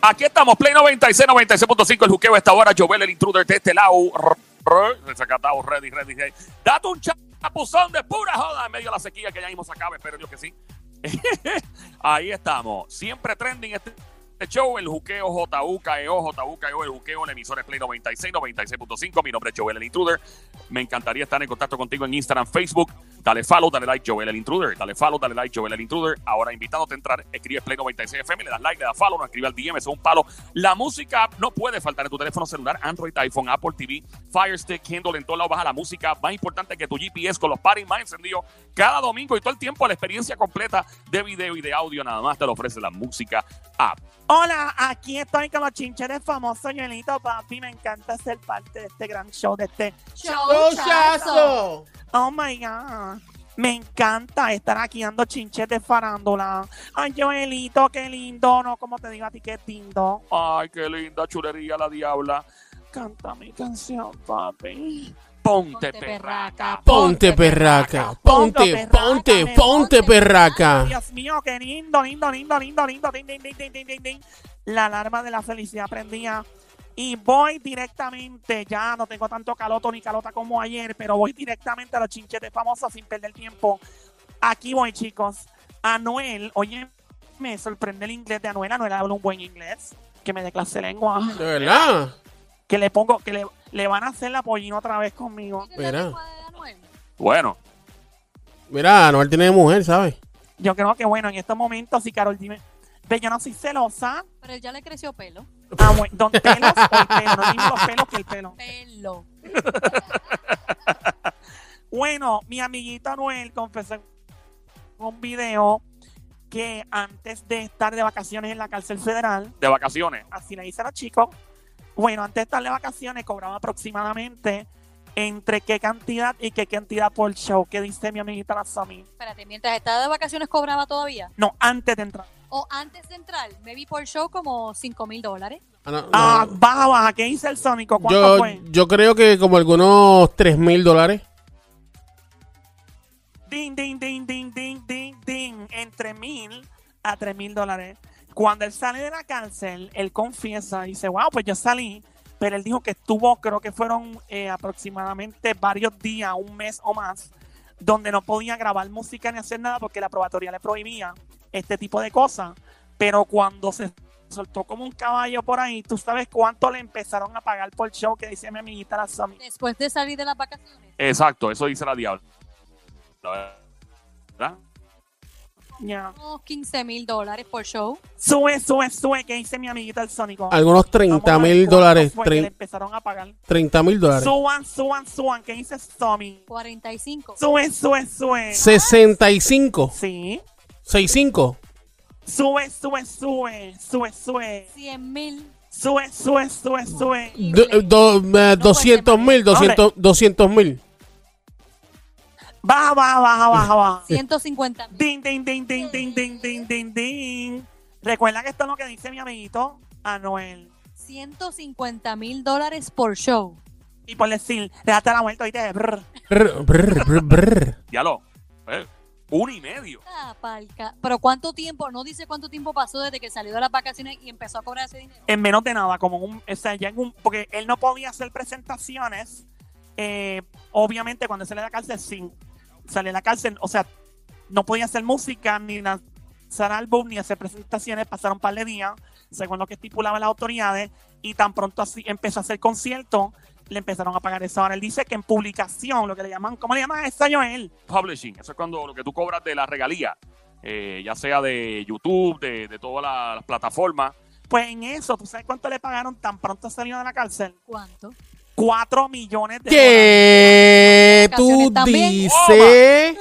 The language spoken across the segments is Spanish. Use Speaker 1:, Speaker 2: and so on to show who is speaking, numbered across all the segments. Speaker 1: Aquí estamos, Play 96, 96.5, el juqueo esta hora, Jovel, el intruder de este lado. Resacatado, ready, ready, ready. Date un chapuzón de pura joda en medio de la sequía que ya mismo se acabe, espero Dios que sí. Ahí estamos. Siempre trending este este show, el juqueo JUKEO, JUKEO, E el juqueo, la emisora es Play 96, 96.5. Mi nombre es Joel el Intruder. Me encantaría estar en contacto contigo en Instagram, Facebook. Dale follow, dale like, Joel el Intruder. Dale follow, dale like, Joel el Intruder. Ahora invitándote a entrar, escribes Play 96 FM, le das like, le das follow, no escribe al DM, eso es un palo. La música app no puede faltar en tu teléfono celular, Android, iPhone, Apple TV, Fire Stick, Kindle, en todos lados baja la música. Más importante que tu GPS con los paris más encendidos cada domingo y todo el tiempo la experiencia completa de video y de audio nada más te lo ofrece la música app.
Speaker 2: Hola, aquí estoy con los chincheres famosos, Yoelito Papi. Me encanta ser parte de este gran show, de este
Speaker 3: ¡Chochazo!
Speaker 2: Oh my God. Me encanta estar aquí dando chinches de farándula. Ay, Joelito, qué lindo. No, como te digo a ti, qué lindo.
Speaker 1: Ay, qué linda chulería la diabla.
Speaker 2: Canta mi canción, papi.
Speaker 1: Ponte, perraca.
Speaker 3: Ponte perraca, ponte, ponte, ponte perraca.
Speaker 2: Dios mío, qué lindo, lindo, lindo, lindo, lindo. Ding, ding, ding, ding, ding, ding, ding. La alarma de la felicidad prendía. Y voy directamente, ya no tengo tanto caloto ni calota como ayer, pero voy directamente a los chinchetes famosos sin perder tiempo. Aquí voy, chicos. Anuel, oye, me sorprende el inglés de Anuel. Anuel habla un buen inglés. Que me dé clase de lengua.
Speaker 3: De verdad.
Speaker 2: Que le pongo, que le, le van a hacer la pollina otra vez conmigo.
Speaker 3: Mira,
Speaker 1: Bueno,
Speaker 3: mira, Anuel tiene mujer, ¿sabes?
Speaker 2: Yo creo que bueno, en estos momentos, si Carol dime, ve, yo no soy celosa.
Speaker 4: Pero él ya le creció pelo.
Speaker 2: Ah, bueno, don pelos o el pelo, no digo los pelos que el pelo.
Speaker 4: Pelo.
Speaker 2: Bueno, mi amiguito Anuel confesó en un video que antes de estar de vacaciones en la cárcel federal,
Speaker 1: de vacaciones.
Speaker 2: así le dicen los chicos, bueno, antes de estar de vacaciones cobraba aproximadamente entre qué cantidad y qué cantidad por show, que dice mi amiguita la Sami.
Speaker 4: Espérate, mientras estaba de vacaciones cobraba todavía.
Speaker 2: No, antes de entrar.
Speaker 4: O antes de entrar, me vi por show como 5 mil dólares.
Speaker 3: Ah, no, no.
Speaker 2: Ah, baja, baja, ¿qué dice el Sónico? ¿Cuánto
Speaker 3: yo,
Speaker 2: fue?
Speaker 3: yo creo que como algunos 3 mil dólares.
Speaker 2: Ding, ding, ding, ding, ding, ding, ding. Entre mil a tres mil dólares. Cuando él sale de la cárcel, él confiesa, dice, wow, pues yo salí. Pero él dijo que estuvo, creo que fueron eh, aproximadamente varios días, un mes o más, donde no podía grabar música ni hacer nada porque la probatoria le prohibía este tipo de cosas. Pero cuando se soltó como un caballo por ahí, tú sabes cuánto le empezaron a pagar por show que dice mi amiguita la Sami.
Speaker 4: Después de salir de las vacaciones.
Speaker 1: Exacto, eso dice la diabla. ¿Verdad?
Speaker 2: Ya.
Speaker 4: Unos 15 mil dólares por show.
Speaker 2: Sube, sube, sube, que dice mi amiguita el Sónico.
Speaker 3: Algunos 30 mil dólares.
Speaker 2: Fue que le empezaron a pagar.
Speaker 3: 30 mil dólares.
Speaker 2: Suban, suban, suban, que dice Tommy.
Speaker 4: 45.
Speaker 2: Sube, sube, sube.
Speaker 3: 65.
Speaker 2: Sí.
Speaker 3: 65.
Speaker 2: Sube, sube, sube. Sube, sube.
Speaker 4: 100 mil.
Speaker 2: Sube, sube, sube, sube.
Speaker 3: Do- do- eh, 200 mil, 200 200 mil.
Speaker 2: Baja, baja, baja, baja, baja.
Speaker 4: 150 mil.
Speaker 2: Ding, ding, ding, ding, ding, ding, ding, ding, ding. Recuerda que esto es lo que dice mi amiguito Anuel.
Speaker 4: 150 mil dólares por show.
Speaker 2: Y por decir, déjate la muerte, oíste. brr.
Speaker 3: Brr, brr, brr, brr.
Speaker 1: Ya lo. eh, uno y medio.
Speaker 4: Ah, palca. Pero ¿cuánto tiempo? No dice cuánto tiempo pasó desde que salió de las vacaciones y empezó a cobrar ese dinero.
Speaker 2: en menos de nada, como un, o sea, ya en un, porque él no podía hacer presentaciones, eh, obviamente cuando sale de la cárcel, sin, sale de la cárcel, o sea, no podía hacer música, ni lanzar álbum, ni hacer presentaciones, pasaron un par de días, según lo que estipulaban las autoridades, y tan pronto así empezó a hacer conciertos, le empezaron a pagar eso. Ahora él dice que en publicación, lo que le llaman, ¿cómo le llaman a eso, Joel?
Speaker 1: Publishing, eso es cuando lo que tú cobras de la regalía, eh, ya sea de YouTube, de, de todas las plataformas.
Speaker 2: Pues en eso, ¿tú sabes cuánto le pagaron tan pronto salió de la cárcel?
Speaker 4: ¿Cuánto?
Speaker 2: 4 millones de dólares.
Speaker 3: ¿Qué tú
Speaker 4: Vacaciones también.
Speaker 3: dices?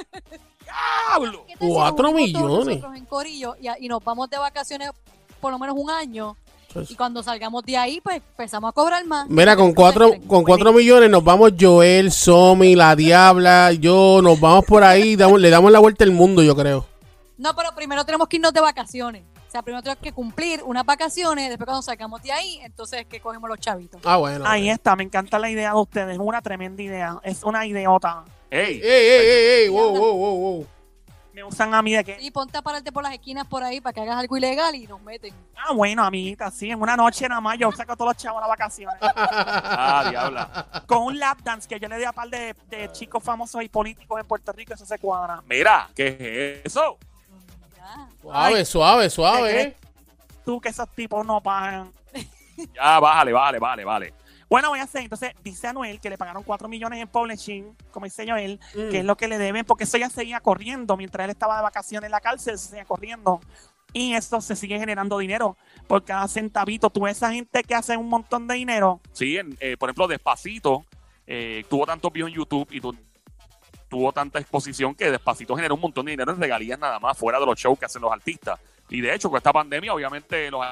Speaker 1: ¡Hablo!
Speaker 4: ¿Qué tal si nos
Speaker 3: Cuatro
Speaker 4: unimos todos
Speaker 3: millones.
Speaker 4: nosotros en corillo y, a- y nos vamos de vacaciones por lo menos un año
Speaker 3: Pues
Speaker 4: y cuando salgamos de ahí pues empezamos a cobrar más.
Speaker 3: Mira, con cuatro,
Speaker 4: Perfecto.
Speaker 3: con cuatro millones nos vamos Joel, Somi, la Diabla, yo, nos vamos por ahí, damos- le damos la vuelta al mundo, yo creo.
Speaker 4: No, pero primero tenemos que irnos de vacaciones. O sea, primero tenemos que cumplir unas vacaciones, después cuando salgamos de ahí, entonces es que cogemos los chavitos.
Speaker 3: Ah, bueno.
Speaker 2: Ahí está, me encanta la idea de ustedes, es una tremenda idea, es una ideota.
Speaker 1: ¡Ey!
Speaker 3: Ey, ey, ey, ey, wow, wow, wow, wow.
Speaker 2: me usan a mí de que,
Speaker 4: Y ponte a pararte por las esquinas por ahí para que hagas algo ilegal y nos meten.
Speaker 2: ah, bueno, amiguita, sí, en una noche nada más yo saco a todos los chavos a las vacaciones.
Speaker 1: Ah, diabla.
Speaker 2: Con un lap dance que yo le di a par de, de chicos famosos y políticos en Puerto Rico, eso se cuadra.
Speaker 1: Mira, ¿qué es eso?
Speaker 4: Ya.
Speaker 3: Suave, suave, suave. eh.
Speaker 2: ¿Qué crees Tú que esos tipos no pagan.
Speaker 1: Ya, bájale, bájale, vale, vale.
Speaker 2: Bueno, voy a hacer. Entonces, dice Anuel que le pagaron 4 millones en publishing, como dice Joel,
Speaker 3: Mm.
Speaker 2: que es lo que le deben, porque eso ya seguía corriendo. Mientras él estaba de vacaciones en la cárcel, eso seguía corriendo. Y eso se sigue generando dinero por cada centavito. Tú ves esa gente que hace un montón de dinero.
Speaker 1: Sí, en, eh, por ejemplo, Despacito eh, tuvo tantos views en YouTube y tu- tuvo tanta exposición que Despacito generó un montón de dinero en regalías nada más fuera de los shows que hacen los artistas. Y de hecho, con esta pandemia, obviamente los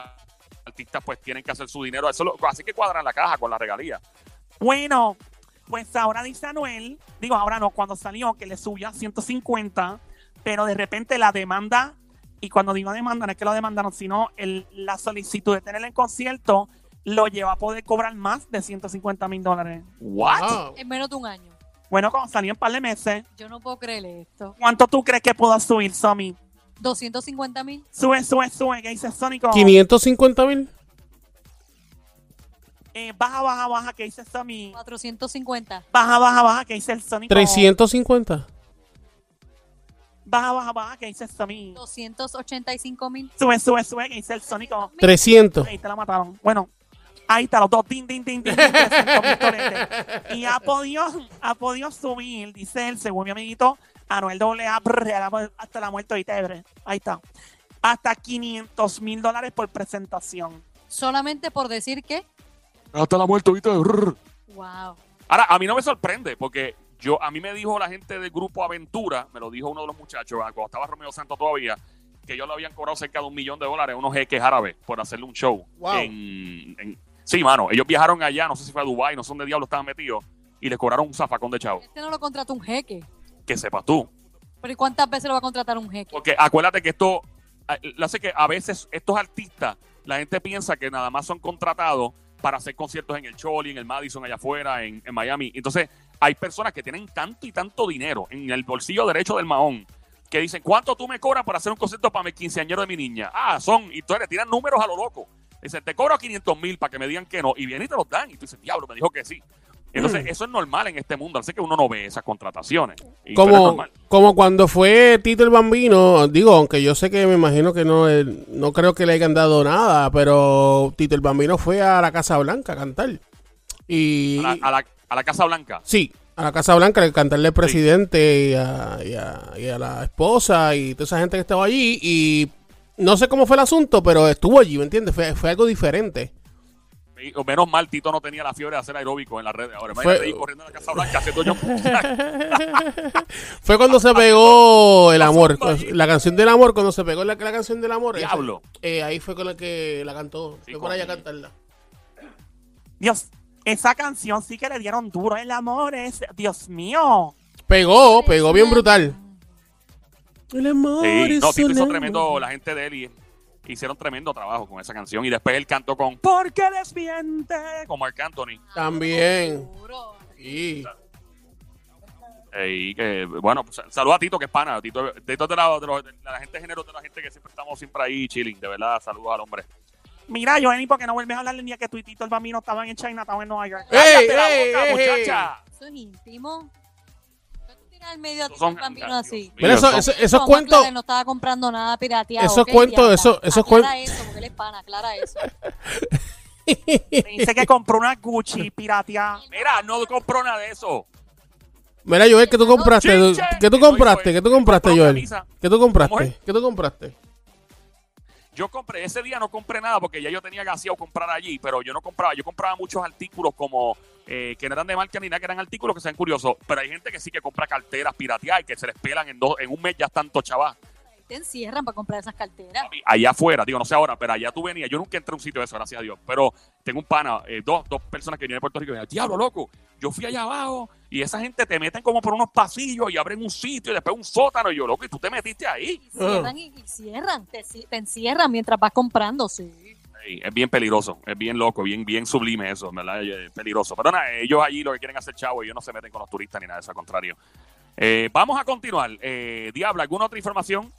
Speaker 1: artistas pues tienen que hacer su dinero. Eso lo- así que cuadran la caja con las regalías.
Speaker 2: Bueno, pues ahora dice Anuel, digo ahora no, cuando salió que le subió a 150, pero de repente la demanda, y cuando digo demanda no es que lo demandaron, sino el- la solicitud de tener el concierto lo lleva a poder cobrar más de 150 mil dólares.
Speaker 1: ¿What?
Speaker 3: Wow.
Speaker 4: En menos de un año.
Speaker 2: Bueno, cuando salió en par de meses,
Speaker 4: Yo no puedo creerle esto.
Speaker 2: ¿cuánto tú crees que pudo subir, Somi?
Speaker 4: 250 mil.
Speaker 2: Sube, sube, sube, que dice Sónico.
Speaker 3: 550 mil.
Speaker 2: Eh, baja, baja, baja, que dice Somi.
Speaker 4: 450.
Speaker 2: Baja, baja, baja, que dice el Sónico.
Speaker 3: 350.
Speaker 2: Baja, baja, baja, que dice Somi.
Speaker 4: 285 mil.
Speaker 2: Sube, sube, sube, que dice el Sónico.
Speaker 3: 300.
Speaker 2: Ahí te la mataron. Bueno, ahí está, los dos. Din, din, din, din, din, 300 mil toretes. y ha podido, ha podido subir, dice él, según mi amiguito, Anuel doble A, brr, a la- hasta la muerte y tebre. Ahí está. Hasta 500 mil dólares por presentación.
Speaker 4: Solamente por decir que.
Speaker 1: Hasta la muerte, ¿viste?
Speaker 4: Wow.
Speaker 1: Ahora, a mí no me sorprende, porque yo, a mí me dijo la gente del grupo Aventura, me lo dijo uno de los muchachos, ah, cuando estaba Romeo Santos todavía, que ellos le habían cobrado cerca de un millón de dólares a unos jeques árabes por hacerle un show.
Speaker 3: Wow.
Speaker 1: en- en- sí, mano, ellos viajaron allá, no sé si fue a Dubái, no sé dónde diablos estaban metidos, y les cobraron un zafacón de chavo.
Speaker 4: Este no lo contrató un jeque.
Speaker 1: Que sepas tú.
Speaker 4: Pero ¿y cuántas veces lo va a contratar un jeque?
Speaker 1: Porque acuérdate que esto, ah, lo hace que a veces estos artistas, la gente piensa que nada más son contratados para hacer conciertos en el Choli, en el Madison, allá afuera, en, en Miami. Entonces, hay personas que tienen tanto y tanto dinero en el bolsillo derecho del mahón que dicen, ¿cuánto tú me cobras para hacer un concierto para mi quinceañero de mi niña? Ah, son, y tú le tiran números a lo loco. Dicen, te cobro 500 mil para que me digan que no, y vienen y te los dan. Y tú dices, diablo, me dijo que sí. Entonces,
Speaker 3: Mm.
Speaker 1: eso es normal en este mundo. Así que uno no ve esas contrataciones. Y eso es
Speaker 3: Como,
Speaker 1: normal.
Speaker 3: como cuando fue Tito el Bambino, digo, aunque yo sé que me imagino que no, eh, no creo que le hayan dado nada, pero Tito el Bambino fue a la Casa Blanca a cantar. Y,
Speaker 1: A la- a la- a la Casa Blanca.
Speaker 3: Sí, a la Casa Blanca, el cantarle al presidente y a, y a- y a la esposa y toda esa gente que estaba allí. Y no sé cómo fue el asunto, pero estuvo allí, ¿me entiendes? Fue, fue algo diferente.
Speaker 1: Sí, o menos mal Tito no tenía la fiebre de hacer aeróbico en las redes. Ahora
Speaker 3: Fue-
Speaker 1: imagínate ir corriendo a la Casa Blanca haciendo yo.
Speaker 3: Fue cuando se pegó el amor,
Speaker 1: pasando allí?
Speaker 3: la canción del amor, cuando se pegó la, la canción del amor. esa-
Speaker 1: Diablo.
Speaker 3: eh, ahí fue con la que la cantó.
Speaker 1: Sí,
Speaker 3: Fue por allá a
Speaker 1: con-
Speaker 3: cantarla.
Speaker 2: Dios, esa canción sí que le dieron duro. El amor es. Dios mío.
Speaker 3: Pegó, pegó bien brutal. El amor
Speaker 1: Sí,
Speaker 3: es
Speaker 1: no, Tito
Speaker 3: un
Speaker 1: hizo
Speaker 3: amor.
Speaker 1: tremendo, la gente de él y hicieron tremendo trabajo con esa canción. Y después él cantó con,
Speaker 2: Porque desmiente.
Speaker 1: con Marc Anthony.
Speaker 3: También.
Speaker 4: Seguro.
Speaker 3: Sí.
Speaker 1: Eh, y que, bueno, pues, saluda a Tito, que es pana. Tito, Tito es de la, de los- de la gente de género, de la gente que siempre estamos siempre ahí chilling. De verdad, saludos al hombre.
Speaker 2: Mira, Joenny, porque no vuelves a hablar el día que tú y Tito el Bambino estaban en China, estaban en Nueva York.
Speaker 3: ¡Ey,
Speaker 1: ¡Cállate la
Speaker 3: ey,
Speaker 1: boca,
Speaker 3: ey!
Speaker 1: muchacha!
Speaker 4: Eso es íntimo. ¿Por qué tú tiras al medio a ti
Speaker 1: Son-
Speaker 4: un bambino
Speaker 1: Dios
Speaker 4: así?
Speaker 1: mío,
Speaker 3: Mira, eso-
Speaker 1: son-
Speaker 3: eso- esos
Speaker 4: Vamos a
Speaker 3: cuentos.
Speaker 4: aclarar, No estaba comprando nada pirateado.
Speaker 3: Esos
Speaker 4: ¿ok?
Speaker 3: cuentos,
Speaker 4: Diabla.
Speaker 3: eso- esos
Speaker 4: Aclara
Speaker 3: cuen-
Speaker 4: eso, porque él es pana, aclara eso.
Speaker 2: Me dice que compró una Gucci pirateada.
Speaker 1: Mira, no compró nada de eso.
Speaker 3: Mira, Joel, ¿qué tú compraste?
Speaker 1: Chinche. pues,
Speaker 3: ¿Qué tú
Speaker 1: Que no,
Speaker 3: compraste?
Speaker 1: Joel.
Speaker 3: ¿Qué tú compraste,
Speaker 1: Compró
Speaker 3: Joel?
Speaker 1: camisa.
Speaker 3: ¿Qué tú compraste?
Speaker 1: Mujer.
Speaker 3: ¿Qué tú compraste?
Speaker 1: Yo compré, ese día no compré nada porque ya yo tenía gaseado comprar allí, pero yo no compraba, yo compraba muchos artículos como eh, que no eran de marca ni nada, que eran artículos que sean curiosos, pero hay gente que sí que compra carteras pirateadas y que se les pelan en, dos, en un mes ya tanto chaval.
Speaker 4: Ahí te encierran para comprar esas
Speaker 3: Ah.
Speaker 4: carteras.
Speaker 1: Allá afuera, digo, no sé ahora, pero allá tú venías, yo nunca entré a un sitio de eso, gracias a Dios, pero tengo un pana, eh, dos, dos personas que vienen de Puerto Rico y me dijeron, diablo loco, yo fui allá abajo y esa gente te meten como por unos pasillos y abren un sitio y después un sótano y yo loco, y tú te metiste ahí.
Speaker 4: Y cierran y, y cierran. Te, ci- te encierran mientras vas comprando, sí.
Speaker 1: Sí, es bien peligroso, es bien loco, bien, bien sublime eso, ¿verdad? Eh, peligroso. Pero nada, ellos allí lo que quieren hacer chavo, ellos no se meten con los turistas ni nada, eso al contrario. Eh, vamos a continuar. Eh, Diablo, ¿alguna otra información?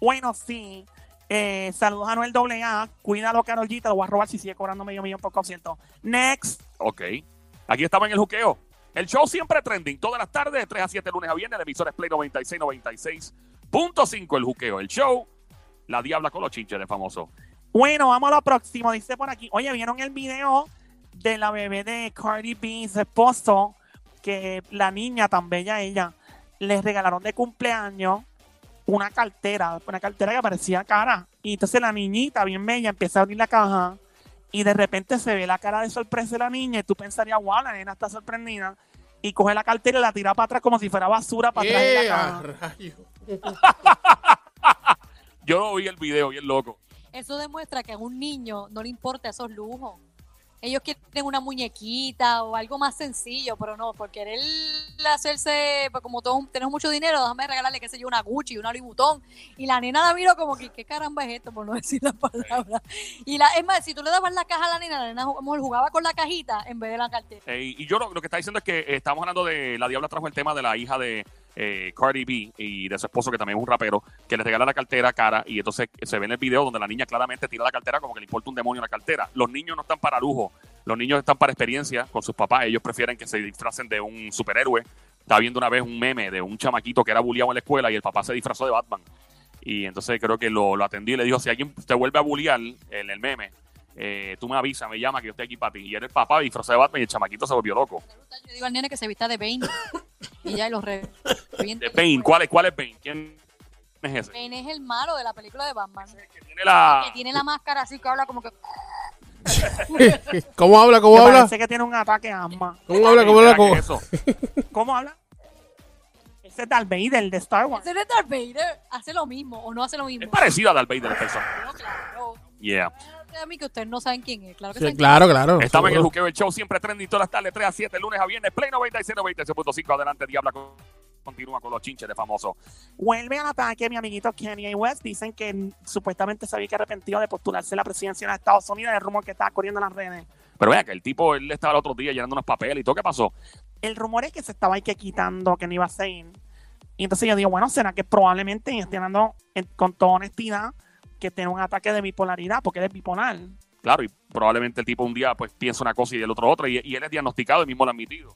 Speaker 2: Bueno, sí. Eh, saludos a Noel AA. Cuídalo, Carolita. Lo voy a robar si sigue cobrando medio millón por concierto. Next.
Speaker 1: Ok. Aquí estamos en el juqueo. El show siempre trending. Todas las tardes, de 3 a 7, lunes a viernes, en emisores Play 96, 96.5. El juqueo, el show. La Diabla con los chinches de famoso.
Speaker 2: Bueno, vamos a lo próximo. Dice por aquí. Oye, ¿vieron el video de la bebé de Cardi B, su esposo? Que la niña, tan bella ella, les regalaron de cumpleaños una cartera, una cartera que parecía cara. Y entonces la niñita, bien bella, empieza a abrir la caja y de repente se ve la cara de sorpresa de la niña y tú pensarías, wow, la nena está sorprendida. Y coge la cartera y la tira para atrás como si fuera basura para atrás de la
Speaker 3: ¡Eh, a
Speaker 2: caja.
Speaker 3: rayo!
Speaker 1: Yo no vi el video, bien loco.
Speaker 4: Eso demuestra que a un niño no le importa esos lujos. Ellos quieren una muñequita o algo más sencillo, pero no, por querer hacerse, pues como todos tenemos mucho dinero, déjame regalarle, qué sé yo, una Gucci, una Louis Vuitton. Y la nena la miro como que, ¿qué caramba es esto? Por no decir la palabra. Y la, es más, si tú le dabas la caja a la nena, la nena a lo mejor jugaba con la cajita en vez de la cartera.
Speaker 1: Eh, y yo lo, lo que está diciendo es que eh, estamos hablando de. La Diabla trajo el tema de la hija de eh, Cardi B y de su esposo, que también es un rapero, que le regala la cartera cara. Y entonces se ve en el video donde la niña claramente tira la cartera como que le importa un demonio la cartera. Los niños no están para lujo, los niños están para experiencia con sus papás. Ellos prefieren que se disfracen de un superhéroe. Estaba viendo una vez un meme de un chamaquito que era bulliado en la escuela y el papá se disfrazó de Batman. Y entonces creo que lo, lo atendí y le dijo: si alguien te vuelve a bulliar en el meme. eh, tú me avisas, me llamas que yo estoy aquí para ti. Y era el papá disfrazado de Batman y el chamaquito se volvió loco.
Speaker 4: Yo digo al nene que se vista de Bane y ya y los re.
Speaker 1: De Bane, ¿cuál es, cuál es Bane? ¿Quién es ese?
Speaker 4: Bane es el malo de la película de Batman.
Speaker 1: Que tiene la...
Speaker 4: que tiene la máscara así que habla como que
Speaker 3: ¿Cómo habla? ¿Cómo
Speaker 2: Que
Speaker 3: habla?
Speaker 2: parece que tiene un ataque asma.
Speaker 3: ¿Cómo habla? ¿Cómo habla?
Speaker 1: ¿Qué
Speaker 3: ¿Cómo
Speaker 1: es eso?
Speaker 2: ¿Cómo habla? Ese es Darth Vader de Star Wars.
Speaker 4: ese de Darth Vader hace lo mismo o no hace lo
Speaker 1: Es
Speaker 4: mismo
Speaker 1: parecida a Darth Vader, la persona.
Speaker 4: No, claro
Speaker 1: Yeah.
Speaker 4: a mí que ustedes no saben quién es claro que
Speaker 3: Sí,
Speaker 4: saben
Speaker 3: claro, claro.
Speaker 1: Estamos en el
Speaker 3: seguro.
Speaker 1: Juqueo el Show, siempre trending todas las tardes, 3 a 7, lunes a viernes, Play 96, 96.5. Adelante, Diabla. con- Continúa con los chinches de famoso.
Speaker 2: Vuelve al ataque mi amiguito Kanye West. Dicen que mm, supuestamente se había que arrepentido de postularse a la presidencia de Estados Unidos, el rumor que estaba corriendo en las redes.
Speaker 1: Pero vea que el tipo, él estaba el otro día llenando unos papeles y todo. ¿Qué pasó?
Speaker 2: El rumor es que se estaba ahí que quitando, que no iba a seguir. Y entonces yo digo, bueno, será que probablemente esté hablando eh, con toda honestidad que tiene un ataque de bipolaridad, porque él es bipolar.
Speaker 1: Claro, y probablemente el tipo un día pues piensa una cosa y el otro otra. Y, y él es diagnosticado y mismo lo ha admitido.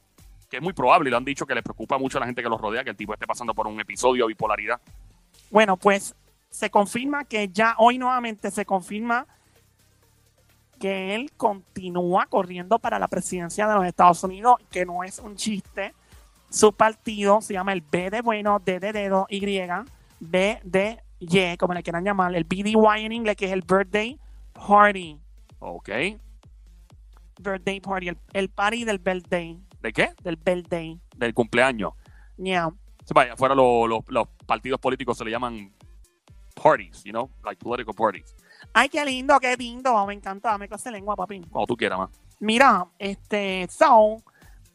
Speaker 1: Que es muy probable y lo han dicho que le preocupa mucho a la gente que los rodea que el tipo esté pasando por un episodio de bipolaridad.
Speaker 2: Bueno, pues se confirma que ya hoy nuevamente se confirma que él continúa corriendo para la presidencia de los Estados Unidos, que no es un chiste. Su partido se llama el B de bueno, D de dedo, Y, B de Y, como le quieran llamar, el BDY en inglés, que es el Birthday Party.
Speaker 1: ¿Ok?
Speaker 2: Birthday Party, el, el party del birthday,
Speaker 1: ¿De qué?
Speaker 2: del birthday.
Speaker 1: Del cumpleaños.
Speaker 2: Yeah.
Speaker 1: Sí, vaya, fuera lo- lo- los partidos políticos se le llaman parties, you know, like political parties,
Speaker 2: Ay, qué lindo, qué lindo, me encanta, dame clase de lengua, papi.
Speaker 1: como tú quieras, man.
Speaker 2: mira, este, so,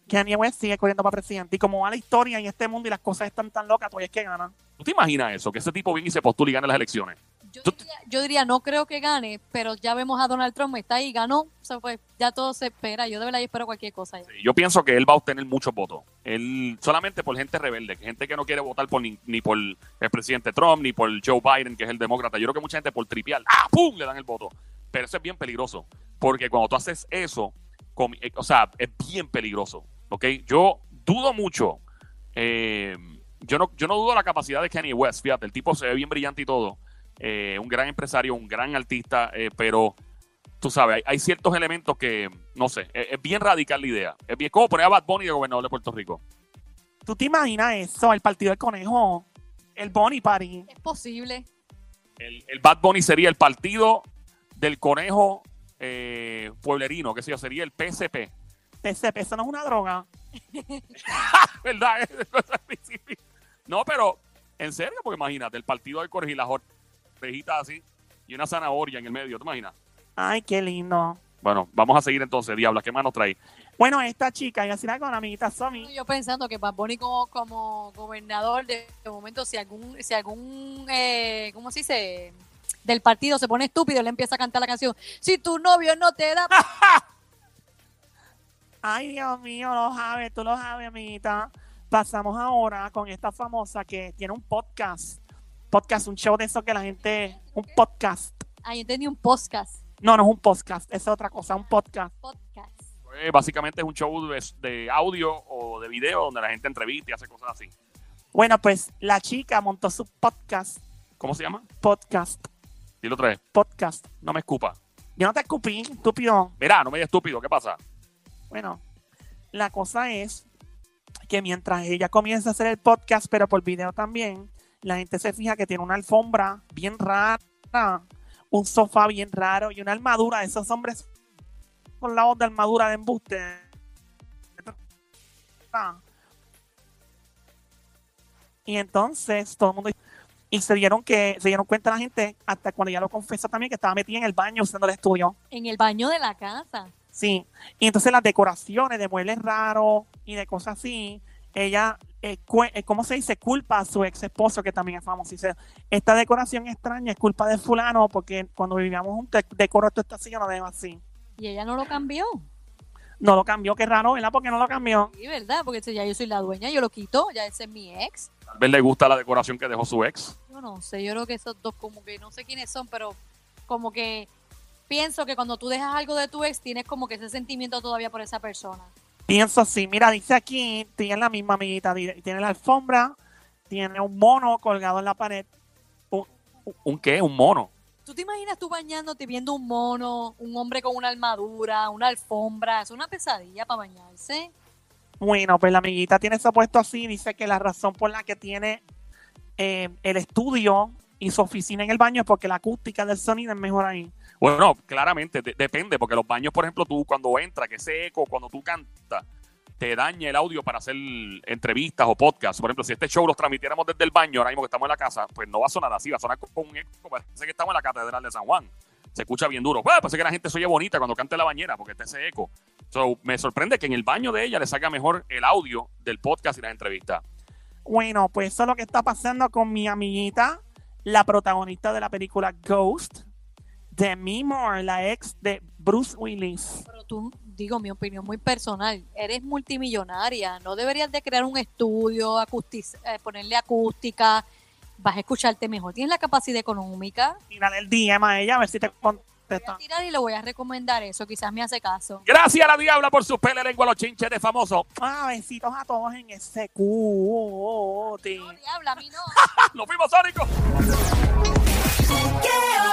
Speaker 2: Kanye West sigue corriendo para presidente. Y como va la historia y este mundo y las cosas están tan locas, todavía es que gana.
Speaker 1: ¿Tú te imaginas eso? Que ese tipo viene y se postula y gana las elecciones.
Speaker 4: quién. yo
Speaker 1: Tú-
Speaker 4: diría, yo diría no creo que gane pero ya vemos a Donald Trump está ahí ganó o sea, pues ya todo se espera yo de verdad espero cualquier cosa ya.
Speaker 1: Sí, Yo pienso que él va a obtener muchos votos. Él solamente por gente rebelde, gente que no quiere votar por ni, ni por el presidente Trump, ni por Joe Biden, que es el demócrata. Yo creo que mucha gente por tripear, ¡ah, pum!, le dan el voto. Pero eso es bien peligroso, porque cuando tú haces eso, com- eh, o sea, es bien peligroso, ¿ok? Yo dudo mucho, eh, yo, no, yo no dudo la capacidad de Kanye West, fíjate, el tipo se ve bien brillante y todo, eh, un gran empresario, un gran artista, eh, pero tú sabes, hay, hay ciertos elementos que, no sé, es, es bien radical la idea. Es bien, como poner a Bad Bunny de gobernador de Puerto Rico.
Speaker 2: ¿Tú te imaginas eso? El partido del conejo, el Bonnie Party.
Speaker 4: es posible
Speaker 1: El, el Bad Bunny sería el partido del conejo eh, pueblerino, qué sé yo, sería el PSP.
Speaker 2: PCP, eso no es una droga.
Speaker 1: ¿Verdad? no, pero, en serio, porque imagínate, el partido del conejo y las orejitas así y una zanahoria en el medio, ¿te imaginas?
Speaker 2: Ay, qué lindo.
Speaker 1: Bueno, vamos a seguir entonces, Diabla, ¿qué más nos trae?
Speaker 2: Bueno, esta chica, iba a decir algo con la amiguita Somi.
Speaker 4: yo pensando que Bad Bunny como, como gobernador de, de momento si algún si algún eh, cómo se dice del partido se pone estúpido él empieza a cantar la canción si tu novio no te da
Speaker 2: Ay, Dios mío, lo sabes, tú lo sabes, amiguita. pasamos ahora con esta famosa que tiene un podcast. Podcast, un show de eso que la gente. Un podcast.
Speaker 4: Ah, yo entendí un podcast.
Speaker 2: No, no es un podcast, es otra cosa, un podcast.
Speaker 4: Podcast.
Speaker 1: Eh, básicamente es un show de, de audio o de video donde la gente entrevista y hace cosas así.
Speaker 2: Bueno, pues la chica montó su podcast.
Speaker 1: ¿Cómo se llama?
Speaker 2: Podcast.
Speaker 1: Dilo otra vez.
Speaker 2: Podcast.
Speaker 1: No me escupa.
Speaker 2: Yo no te escupí, estúpido.
Speaker 1: Mirá, no me digas estúpido. ¿Qué pasa?
Speaker 2: Bueno, la cosa es que mientras ella comienza a hacer el podcast, pero por video también, la gente se fija que tiene una alfombra bien rara, un sofá bien raro y una armadura de esos hombres con la de armadura de embuste. Ah. Y entonces todo el mundo y se dieron que se dieron cuenta la gente hasta cuando ella lo confesó también que estaba metida en el baño usando el estudio.
Speaker 4: En el baño de la casa.
Speaker 2: Sí, y entonces las decoraciones de muebles raros y de cosas así, ella, eh, cue- eh, ¿cómo se dice? Culpa a su ex esposo, que también es famoso. y Dice, esta decoración extraña es culpa de fulano, porque cuando vivíamos un te- decoro, esto está así, yo lo dejo así.
Speaker 4: Y ella no lo cambió.
Speaker 2: No lo cambió, qué raro, ¿verdad? Porque no lo cambió.
Speaker 4: Sí, ¿verdad? Porque si ya yo soy la dueña, yo lo quito, ya ese es mi ex.
Speaker 1: Tal vez le gusta la decoración que dejó su ex.
Speaker 4: Yo no sé, yo creo que esos dos como que no sé quiénes son, pero como que pienso que cuando tú dejas algo de tu ex tienes como que ese sentimiento todavía por esa persona.
Speaker 2: Pienso así, mira, dice aquí, tiene la misma amiguita, di- tiene la alfombra, tiene un mono colgado en la pared.
Speaker 1: ¿Un qué? ¿Un mono?
Speaker 4: ¿Tú te imaginas tú bañándote viendo un mono, un hombre con una armadura, una alfombra? Es una pesadilla para bañarse.
Speaker 2: Bueno, pues la amiguita tiene eso puesto así. Dice que la razón por la que tiene eh, el estudio y su oficina en el baño es porque la acústica del sonido es mejor ahí.
Speaker 1: Bueno, no, claramente, de- depende, porque los baños, por ejemplo, tú cuando entras, que ese eco, cuando tú cantas, te daña el audio para hacer entrevistas o podcasts. Por ejemplo, si este show los transmitiéramos desde el baño, ahora mismo que estamos en la casa, pues no va a sonar así, va a sonar con con un eco, parece que estamos en la Catedral de San Juan. Se escucha bien duro. Pues parece que la gente se oye bonita cuando canta en la bañera, porque está ese eco. So, me sorprende que en el baño de ella le salga mejor el audio del podcast y las entrevistas.
Speaker 2: Bueno, pues eso es lo que está pasando con mi amiguita, la protagonista de la película Ghost, Demi Moore, la ex de Bruce Willis.
Speaker 4: Pero tú, digo mi opinión muy personal, eres multimillonaria, no deberías de crear un estudio, acustiz- eh, ponerle acústica, vas a escucharte mejor, tienes la capacidad económica.
Speaker 2: Tírale el DM a ella a ver si te
Speaker 4: Voy a
Speaker 2: contesta.
Speaker 4: tirar y le voy a recomendar eso, quizás me hace caso.
Speaker 1: Gracias a la diabla por sus pele lengua a los chinches de famoso.
Speaker 2: Ah, besitos a todos en ese cuti.
Speaker 4: No, diabla, a mí no.
Speaker 1: ¡Ah! ¡Nos fuimos, Sónico!
Speaker 5: Yeah.